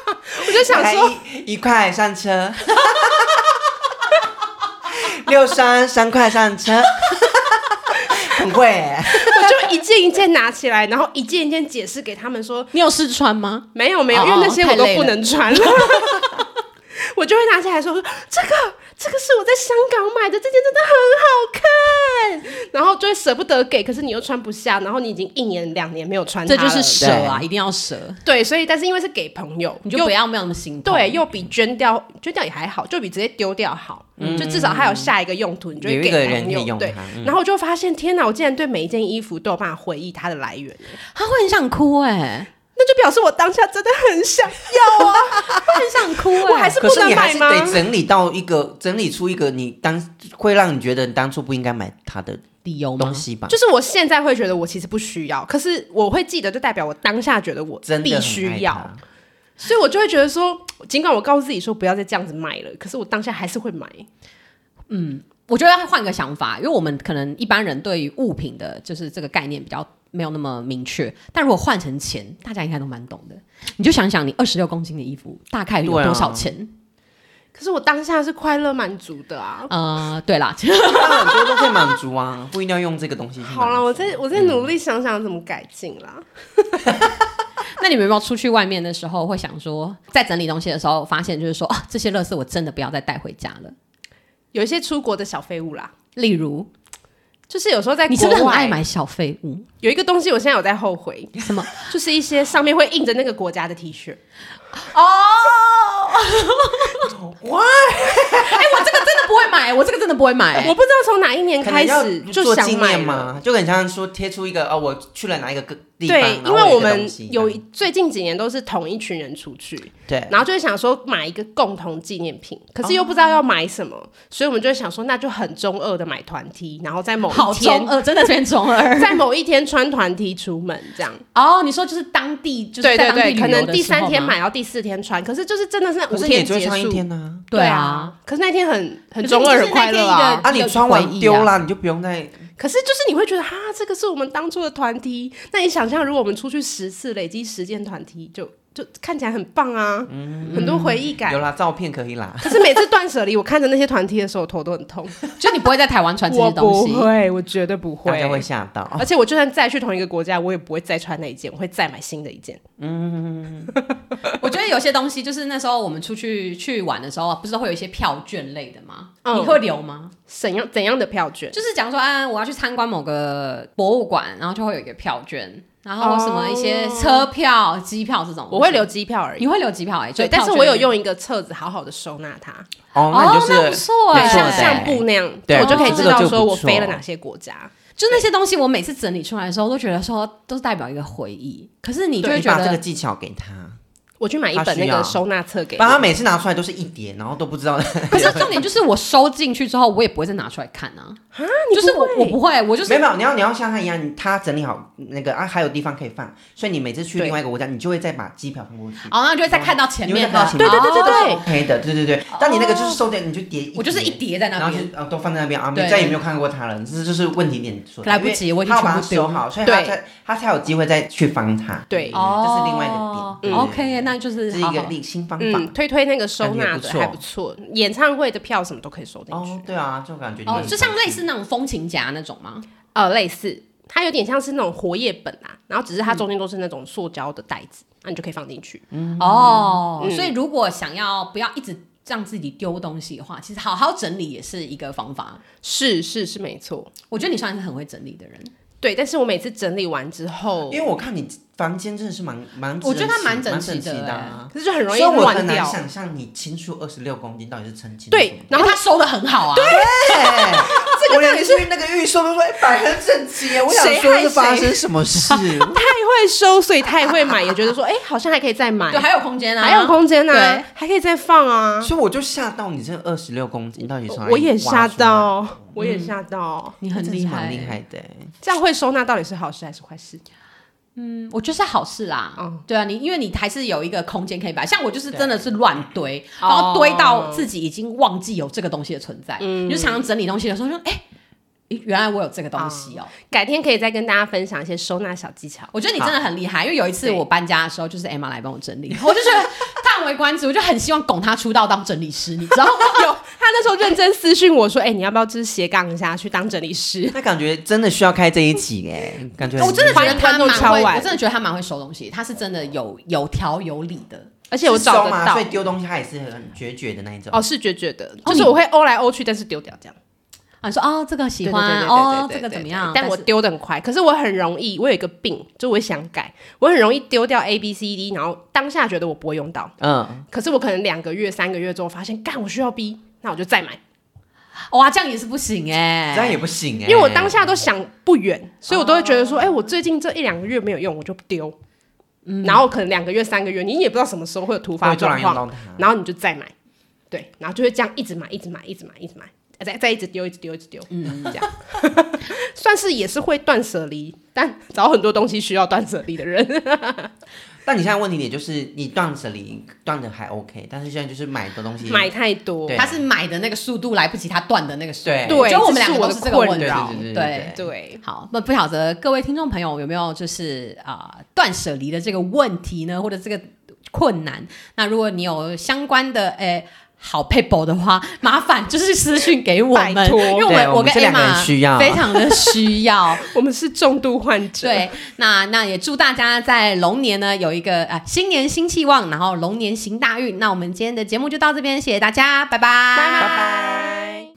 [SPEAKER 3] 我就 想说，
[SPEAKER 2] 来一一块上车， 六三三块上车， 很会、欸。
[SPEAKER 3] 我就一件一件拿起来，然后一件一件解释给他们说，
[SPEAKER 1] 你有试穿吗？
[SPEAKER 3] 没有没有，
[SPEAKER 1] 哦
[SPEAKER 3] 因为那些我都
[SPEAKER 1] 太累了
[SPEAKER 3] 不能 穿了。我就会拿起来说：“这个，这个是我在香港买的，这件真的很好看。”然后就会舍不得给，可是你又穿不下，然后你已经一年两年没有穿它
[SPEAKER 1] 这
[SPEAKER 3] 了，
[SPEAKER 1] 就是舍啊，
[SPEAKER 2] 对
[SPEAKER 1] 一定要舍，
[SPEAKER 3] 对，所以但是因为是给朋友，
[SPEAKER 1] 你就
[SPEAKER 3] 又
[SPEAKER 1] 不要没有那么心痛。
[SPEAKER 3] 对，又比捐掉捐掉也还好，就比直接丢掉好，就至少它有下一个用途，你就
[SPEAKER 2] 嗯
[SPEAKER 3] 会
[SPEAKER 2] 有一
[SPEAKER 3] 给
[SPEAKER 2] 个
[SPEAKER 3] 朋
[SPEAKER 2] 人可以
[SPEAKER 3] 友
[SPEAKER 2] 用
[SPEAKER 3] 对
[SPEAKER 2] 它，嗯
[SPEAKER 3] 然后我就发现，天哪！我竟然对每一件衣服都有办法回忆它的来源，
[SPEAKER 1] 他会很想哭哎、
[SPEAKER 3] 那就表示我当下真的很想要啊，
[SPEAKER 1] 他很想哭哎、
[SPEAKER 3] 我还是
[SPEAKER 2] 啊可
[SPEAKER 3] 不
[SPEAKER 2] 是
[SPEAKER 3] 能
[SPEAKER 2] 你还
[SPEAKER 3] 买
[SPEAKER 2] 是
[SPEAKER 3] 吗？
[SPEAKER 2] 得整理到一个，整理出一个你当会让你觉得你当初不应该买它的
[SPEAKER 1] 理由吗
[SPEAKER 2] 东？西吧，
[SPEAKER 3] 就是我现在会觉得我其实不需要，可是我会记得，就代表我当下觉得我
[SPEAKER 2] 真的
[SPEAKER 3] 必
[SPEAKER 2] 很爱
[SPEAKER 3] 须要，
[SPEAKER 2] 它。
[SPEAKER 3] 所以我就会觉得说，尽管我告诉自己说不要再这样子买了，可是我当下还是会买。
[SPEAKER 1] 我觉得要换个想法，因为我们可能一般人对于物品的，就是这个概念比较没有那么明确。但如果换成钱，大家应该都蛮懂的。你就想想，你二十六公斤的衣服大概有
[SPEAKER 2] 对啊
[SPEAKER 1] 多少 钱？
[SPEAKER 3] 可是我当下是快乐满足的啊！
[SPEAKER 1] 呃，对啦，
[SPEAKER 2] 它很多都可以满足啊，不一定要用这个东西去满足。嗯
[SPEAKER 3] 好了，我再我再努力想想怎么改进啦。
[SPEAKER 1] 那你们有没有出去外面的时候会想说，在整理东西的时候发现，就是说啊，这些垃圾我真的不要再带回家了。
[SPEAKER 3] 有一些出国的小废物啦，
[SPEAKER 1] 例如，
[SPEAKER 3] 就是有时候在
[SPEAKER 1] 你是不是
[SPEAKER 3] 国
[SPEAKER 1] 很
[SPEAKER 3] 外
[SPEAKER 1] 爱买小废物？
[SPEAKER 3] 有一个东西，我现在有在后悔，
[SPEAKER 1] 什 么？
[SPEAKER 3] 就是一些上面会印着那个国家的 T 恤。
[SPEAKER 1] 哦 哎、我这个真的不会买，我这个真的不会买。
[SPEAKER 3] 我不知道从哪一年
[SPEAKER 2] 可
[SPEAKER 3] 开
[SPEAKER 2] 能要
[SPEAKER 3] 始就
[SPEAKER 2] 做
[SPEAKER 3] 想
[SPEAKER 2] 纪
[SPEAKER 3] 买
[SPEAKER 2] 念
[SPEAKER 3] 了。
[SPEAKER 2] 嘛，就很像说贴出一个哦，我去了哪一个个地方，
[SPEAKER 3] 对，
[SPEAKER 2] 然
[SPEAKER 3] 因
[SPEAKER 2] 后
[SPEAKER 3] 为
[SPEAKER 2] 我
[SPEAKER 3] 我
[SPEAKER 2] 一个东
[SPEAKER 3] 们
[SPEAKER 2] 西哎
[SPEAKER 3] 有
[SPEAKER 2] 这样
[SPEAKER 3] 最近几年都是同一群人出去，
[SPEAKER 2] 对，
[SPEAKER 3] 然后就会想说买一个共同纪念品，可是又不知道要买什么，所以我们就会想说，那就很中二的买团 T，然后在某
[SPEAKER 1] 好
[SPEAKER 3] 一
[SPEAKER 1] 中
[SPEAKER 3] 天，
[SPEAKER 1] 二，真的变中二。
[SPEAKER 3] 在某一天穿团 T 出门这样。
[SPEAKER 1] 哦，你说就是当地，就是
[SPEAKER 3] 对
[SPEAKER 1] 在
[SPEAKER 3] 对
[SPEAKER 1] 当地
[SPEAKER 3] 对，
[SPEAKER 1] 旅
[SPEAKER 3] 可
[SPEAKER 1] 游
[SPEAKER 3] 能
[SPEAKER 1] 的
[SPEAKER 3] 第
[SPEAKER 1] 时候
[SPEAKER 3] 三天
[SPEAKER 1] 吗
[SPEAKER 3] 买，然后第四天穿，可是就是真的是
[SPEAKER 2] 可
[SPEAKER 3] 五
[SPEAKER 2] 是你也就
[SPEAKER 3] 结
[SPEAKER 2] 会穿一
[SPEAKER 3] 束。
[SPEAKER 2] 天呢、
[SPEAKER 1] 对
[SPEAKER 3] 对
[SPEAKER 1] 啊
[SPEAKER 3] 啊，，可是那天很很
[SPEAKER 1] 可是
[SPEAKER 3] 中二，
[SPEAKER 1] 就是
[SPEAKER 3] 很快
[SPEAKER 1] 那
[SPEAKER 3] 乐
[SPEAKER 1] 天一
[SPEAKER 3] 啊
[SPEAKER 1] 个。
[SPEAKER 2] 啊，你穿完
[SPEAKER 1] 有回忆啊
[SPEAKER 2] 丢啦，你就不用再
[SPEAKER 3] 可是就是你会觉得哈，这个是我们当初的团体。那你想象，如果我们出去十次，累积十件团体，就就看起来很棒啊，很多回忆感
[SPEAKER 2] 有。啦，照片可以啦。
[SPEAKER 3] 可是每次断舍离，我看着那些团体的时候，我头都很痛。
[SPEAKER 1] 就你不会在台湾穿这
[SPEAKER 3] 啊我
[SPEAKER 1] 些东
[SPEAKER 3] 不
[SPEAKER 1] 西。
[SPEAKER 3] 会，我绝对不
[SPEAKER 2] 大
[SPEAKER 3] 会
[SPEAKER 2] 家。会吓到，
[SPEAKER 3] 而且我就算再去同一个国家，我也不会再穿那一件，我会再买新的一件。
[SPEAKER 1] 我觉得有些东西就是那时候我们出去去玩的时候，不是都会有一些票券类的吗？
[SPEAKER 3] 嗯
[SPEAKER 1] 你会留吗？
[SPEAKER 3] 怎样怎样的票券？
[SPEAKER 1] 就是假如说，啊，我要去参观某个博物馆，然后就会有一个票券，然后什么一些车票、机票这种，
[SPEAKER 3] 我会留，机票而已。
[SPEAKER 1] 你会留机票哎、欸，
[SPEAKER 3] 对，
[SPEAKER 1] 就
[SPEAKER 3] 但是
[SPEAKER 1] 票
[SPEAKER 3] 我
[SPEAKER 1] 券
[SPEAKER 3] 有，用一个册子好好的收纳它，
[SPEAKER 2] 哦，那你
[SPEAKER 1] 哦
[SPEAKER 2] 就，
[SPEAKER 1] 那不
[SPEAKER 2] 是、
[SPEAKER 1] 错哎、
[SPEAKER 2] 没错
[SPEAKER 3] 像
[SPEAKER 2] 的
[SPEAKER 3] 相簿那样，
[SPEAKER 2] 对
[SPEAKER 3] 我就可以
[SPEAKER 1] 哦
[SPEAKER 3] 知
[SPEAKER 1] 这个
[SPEAKER 2] 就
[SPEAKER 3] 道
[SPEAKER 2] 不
[SPEAKER 3] 说我
[SPEAKER 2] 错
[SPEAKER 3] 飞了哪些国家。
[SPEAKER 1] 就那些东西，我每次整理出来的时候，都觉得说都是代表一个回忆，可是你就会
[SPEAKER 2] 你
[SPEAKER 1] 觉
[SPEAKER 2] 把这个
[SPEAKER 1] 得。
[SPEAKER 2] 技巧给他，
[SPEAKER 3] 我去买一
[SPEAKER 2] 他
[SPEAKER 3] 本
[SPEAKER 2] 需
[SPEAKER 3] 那
[SPEAKER 2] 要
[SPEAKER 3] 个收纳册给
[SPEAKER 2] 把他
[SPEAKER 3] 你。
[SPEAKER 2] 每次拿出来都是一叠，然后都不知道。
[SPEAKER 1] 可是重点就是，我收进去之后，我也不会再拿出来看啊。
[SPEAKER 3] 你
[SPEAKER 1] 就是
[SPEAKER 3] 不
[SPEAKER 1] 我
[SPEAKER 3] 会
[SPEAKER 1] 我不会，我就是
[SPEAKER 2] 没有没有，你要你要像他一样，他整理好那个啊，还有地方可以放，所以你每次去
[SPEAKER 3] 对
[SPEAKER 2] 另外一个国家，你就会再把机票放过去。
[SPEAKER 1] 哦，那就会再看到前面的，
[SPEAKER 2] 你会再看到
[SPEAKER 3] 前面对对对对哦对
[SPEAKER 1] 哦
[SPEAKER 2] OK 的，对对对。但你那个就是收点，你就叠，
[SPEAKER 1] 我就是一叠
[SPEAKER 2] 叠，
[SPEAKER 1] 在
[SPEAKER 2] 然后
[SPEAKER 1] 那
[SPEAKER 2] 就
[SPEAKER 1] 边。
[SPEAKER 2] 是啊都放在那边啊，
[SPEAKER 1] 对
[SPEAKER 2] 你再也没有看过他了。这就是问题点所在，
[SPEAKER 1] 来不及
[SPEAKER 2] 因
[SPEAKER 1] 我
[SPEAKER 2] 为
[SPEAKER 1] 已经
[SPEAKER 2] 他要把它
[SPEAKER 1] 全部丢
[SPEAKER 2] 收好，所以他
[SPEAKER 3] 对
[SPEAKER 2] 才他才有机会再去翻它。嗯
[SPEAKER 3] 对
[SPEAKER 2] 这是另外一个点。对对对
[SPEAKER 1] 哦 OK，那就是
[SPEAKER 2] 这是
[SPEAKER 1] 好
[SPEAKER 2] 一个
[SPEAKER 1] 好
[SPEAKER 2] 另新方法
[SPEAKER 3] 嗯，。推推那个收纳
[SPEAKER 2] 感觉
[SPEAKER 3] 的
[SPEAKER 2] 不错
[SPEAKER 3] 还不错，演唱会的票什么都可以收进去
[SPEAKER 2] 哦。，对啊，这种感觉你
[SPEAKER 1] 哦，
[SPEAKER 2] 会
[SPEAKER 1] 就像类似那种风情夹那种吗？
[SPEAKER 3] 呃，类似，它有点像是那种活页本啊，然后只是它中间都是那种塑胶的袋子，那你就可以放进去。
[SPEAKER 1] 哦，
[SPEAKER 3] 嗯
[SPEAKER 1] 所以如果想要不要一直让自己丢东西的话，其实好好整理也是一个方法。
[SPEAKER 3] 是是是，没错。
[SPEAKER 1] 我觉得你算是很会整理的人，
[SPEAKER 3] 对，但是我每次整理完之后
[SPEAKER 2] 因，为我看你房间真的是蛮蛮整齐，
[SPEAKER 1] 我觉得它蛮整
[SPEAKER 2] 整
[SPEAKER 1] 齐的欸
[SPEAKER 2] 的啊，
[SPEAKER 3] 可是就很容
[SPEAKER 2] 所
[SPEAKER 3] 易
[SPEAKER 2] 以我
[SPEAKER 3] 乱
[SPEAKER 2] 很难
[SPEAKER 3] 掉。
[SPEAKER 2] 想象你轻出二十六公斤到底是称斤
[SPEAKER 3] 对
[SPEAKER 2] 什么
[SPEAKER 1] 然后他收的很好啊。
[SPEAKER 2] 对，我连去那个预售都说哎摆很整齐耶，我想
[SPEAKER 3] 谁
[SPEAKER 2] 说
[SPEAKER 3] 害
[SPEAKER 2] 是发
[SPEAKER 3] 谁
[SPEAKER 2] 生什么事？
[SPEAKER 3] 太会收，所以太会买，也觉得说，哎、好像还可以再买
[SPEAKER 1] 对，，还有空间啊，
[SPEAKER 3] 还有空间呢、
[SPEAKER 1] 对
[SPEAKER 3] 啊，还可以再放啊。
[SPEAKER 2] 所以我就吓到你这二十六公斤到底从哪里
[SPEAKER 3] 我也吓
[SPEAKER 2] 挖出来，嗯
[SPEAKER 3] 到，我也吓到。
[SPEAKER 1] 你很
[SPEAKER 2] 真的
[SPEAKER 1] 厉
[SPEAKER 2] 是蛮
[SPEAKER 1] 害，
[SPEAKER 2] 厉害的欸耶。
[SPEAKER 3] 这样会收纳到底是好事还是坏事？
[SPEAKER 1] 嗯，我觉得是好事啦。
[SPEAKER 3] 嗯
[SPEAKER 1] 对啊，你因为你还是有一个空间可以摆，像我就是真的是乱堆，
[SPEAKER 3] 哦
[SPEAKER 1] 然后堆到自己已经忘记有这个东西的存在。
[SPEAKER 3] 嗯
[SPEAKER 1] 你就常常整理东西的时候说，哎、诶原来我有这个东西哦、
[SPEAKER 3] 改天可以再跟大家分享一些收纳小技巧。
[SPEAKER 1] 我觉得你真的很厉害，因为有一次
[SPEAKER 3] 对
[SPEAKER 1] 我搬家的时候，就是 Emma 来帮我整理，我就觉得叹为观止，我就很希望拱她出道当整理师，你知道吗？
[SPEAKER 3] 有，他那时候认真私讯我说：“哎、你要不要就是斜杠一下去当整理师
[SPEAKER 2] 那感觉真的需要开这一集哎，感觉
[SPEAKER 3] 哦
[SPEAKER 1] 我真的觉
[SPEAKER 2] 很
[SPEAKER 1] 得
[SPEAKER 3] 欢迎
[SPEAKER 1] 她
[SPEAKER 3] 观众
[SPEAKER 1] 蛮
[SPEAKER 3] 敲
[SPEAKER 1] 会，
[SPEAKER 3] 碗
[SPEAKER 1] 我真的觉得她蛮会收东西，她是真的有有条有理的。？”
[SPEAKER 3] 而且我
[SPEAKER 2] 是
[SPEAKER 3] 找
[SPEAKER 2] 收
[SPEAKER 3] 得
[SPEAKER 2] 嘛
[SPEAKER 3] 到
[SPEAKER 2] 啊所以丢东西它也是很决绝的那一种。
[SPEAKER 3] 哦，是绝绝的，
[SPEAKER 1] 哦
[SPEAKER 3] 就是
[SPEAKER 1] 你
[SPEAKER 3] 我会欧来欧去，但是丢掉这样。
[SPEAKER 1] 啊，你说哦，这个喜
[SPEAKER 3] 对
[SPEAKER 1] 欢，
[SPEAKER 3] 对对对
[SPEAKER 1] 哦，
[SPEAKER 3] 对
[SPEAKER 1] 这
[SPEAKER 3] 对
[SPEAKER 1] 个怎
[SPEAKER 3] 对
[SPEAKER 1] 么
[SPEAKER 3] 对
[SPEAKER 1] 样？
[SPEAKER 3] 但我
[SPEAKER 1] 是
[SPEAKER 3] 丢的很快，可是我很容易，我有一个病，就我想改，我很容易丢掉 A B C D，然后当下觉得我不会用到，
[SPEAKER 2] 嗯，
[SPEAKER 3] 可是我可能两个月、三个月之后发现，干我需要 B，那我就再买，
[SPEAKER 1] 哇，这样也是不行哎、
[SPEAKER 2] 这样也不行哎，
[SPEAKER 3] 因为我当下都想不远，所以我都会觉得说，哎、我最近这一两个月没有用，我就丢。然后可能两个月、三个月，你也不知道什么时候会有突
[SPEAKER 2] 会
[SPEAKER 3] 发
[SPEAKER 2] 突然
[SPEAKER 3] 状
[SPEAKER 2] 用
[SPEAKER 3] 况，
[SPEAKER 2] 到它。
[SPEAKER 3] 然后你就再买，对，然后就会这样一直买，一直买，一直买，一直买。呃再再一直丢，一直丢，一直丢，嗯，这样 算是也是会断舍离，但找很多东西需要断舍离的人，
[SPEAKER 2] 但你现在问题点就是，你断舍离断的还 OK，但是现在就是买的东西
[SPEAKER 3] 买太多，
[SPEAKER 2] 对
[SPEAKER 1] 他是买的那个速度来不及他断的那个速度，
[SPEAKER 2] 对
[SPEAKER 3] 对
[SPEAKER 1] 就我们
[SPEAKER 3] 这是
[SPEAKER 1] 两个
[SPEAKER 3] 我
[SPEAKER 1] 都
[SPEAKER 3] 的
[SPEAKER 1] 是这个
[SPEAKER 3] 困
[SPEAKER 1] 困
[SPEAKER 2] 扰
[SPEAKER 1] 扰，
[SPEAKER 2] 对对对对
[SPEAKER 1] 对。
[SPEAKER 3] 对，
[SPEAKER 1] 好，那不晓得各位听众朋友有没有就是啊、断舍离的这个问题呢，或者这个困难？那如果你有相关的诶、好 paper 的话， 麻烦就是私讯给我们，
[SPEAKER 3] 拜托
[SPEAKER 1] 因为我
[SPEAKER 2] 对
[SPEAKER 1] 们
[SPEAKER 2] 我们
[SPEAKER 1] 跟
[SPEAKER 2] 这两个人
[SPEAKER 1] Emma
[SPEAKER 2] 需要
[SPEAKER 1] 非常的需 要。
[SPEAKER 3] 我们是重度患者，
[SPEAKER 1] 对，那那也祝大家在龙年呢有一个呃新年新气望，然后龙年行大运。那我们今天的节目就到这边，谢谢大家，拜拜，
[SPEAKER 3] 拜拜。